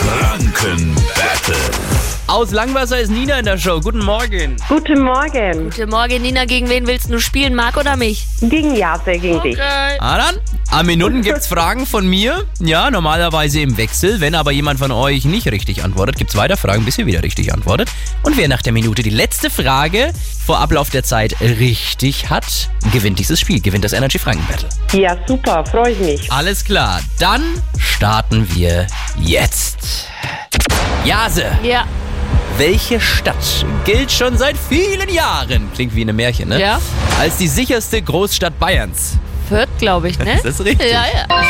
Franken. Aus Langwasser ist Nina in der Show. Guten Morgen. Guten Morgen. Guten Morgen, Nina. Gegen wen willst du spielen? Marc oder mich? Gegen Jase, gegen dich. Ah dann, am Minuten gibt's Fragen von mir. Ja, normalerweise im Wechsel. Wenn aber jemand von euch nicht richtig antwortet, gibt's weiter Fragen, bis ihr wieder richtig antwortet. Und wer nach der Minute die letzte Frage vor Ablauf der Zeit richtig hat, gewinnt dieses Spiel, gewinnt das Energy Franken Battle. Ja, super, freue ich mich. Alles klar, dann starten wir jetzt. Jase, Ja. welche Stadt gilt schon seit vielen Jahren, klingt wie in einem Märchen, ne? Ja. Als die sicherste Großstadt Bayerns. Fürth, glaube ich, ne? Das ist richtig. Ja, ja.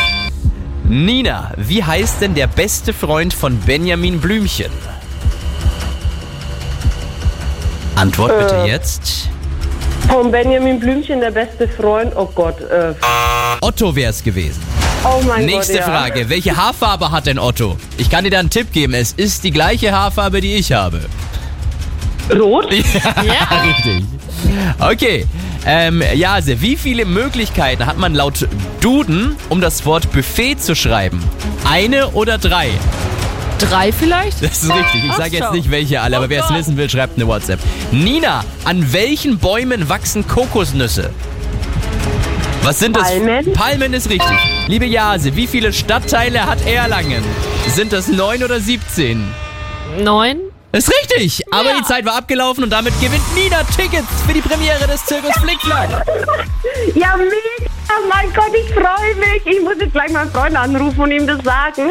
Nina, wie heißt denn der beste Freund von Benjamin Blümchen? Antwort bitte jetzt. Von Benjamin Blümchen, der beste Freund. Oh Gott. Äh, Otto wäre es gewesen. oh mein Nächste Gott. ja. Frage. Welche Haarfarbe hat denn Otto? Ich kann dir da einen Tipp geben. Es ist die gleiche Haarfarbe, die ich habe. Rot? ja. Richtig. Okay. Ähm, Jase, wie viele Möglichkeiten hat man laut Duden, um das Wort Buffet zu schreiben? Eine oder drei? Drei vielleicht? Das ist richtig. Ich Ach sage jetzt so. nicht welche alle, aber Oh wer es Gott. wissen will, schreibt eine WhatsApp. Nina, an welchen Bäumen wachsen Kokosnüsse? Was sind das? Palmen. Palmen ist richtig. Liebe Jase, wie viele Stadtteile hat Erlangen? Sind das neun oder 17? Neun? Ist richtig, aber Ja. die Zeit war abgelaufen und damit gewinnt Nina Tickets für die Premiere des Zirkus Flickflack. Ja, mega. Mein Gott, ich freue mich. Ich muss jetzt gleich meinen Freund anrufen und ihm das sagen.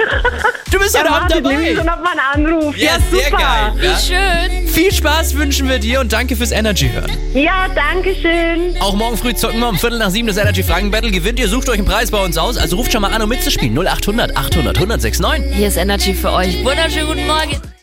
Du bist heute er Abend wartet nämlich dabei. schon auf meinen Anruf. Ja, super. sehr geil. Ja. Schön. Viel Spaß wünschen wir dir und danke fürs Energy hören. Ja, danke schön. Auch morgen früh zocken wir um Viertel nach sieben das Energy Franken Battle. Gewinnt ihr, sucht euch einen Preis bei uns aus. Also ruft schon mal an, um mitzuspielen. 0800 800 1069. Hier ist Energy für euch. Wunderschönen guten Morgen.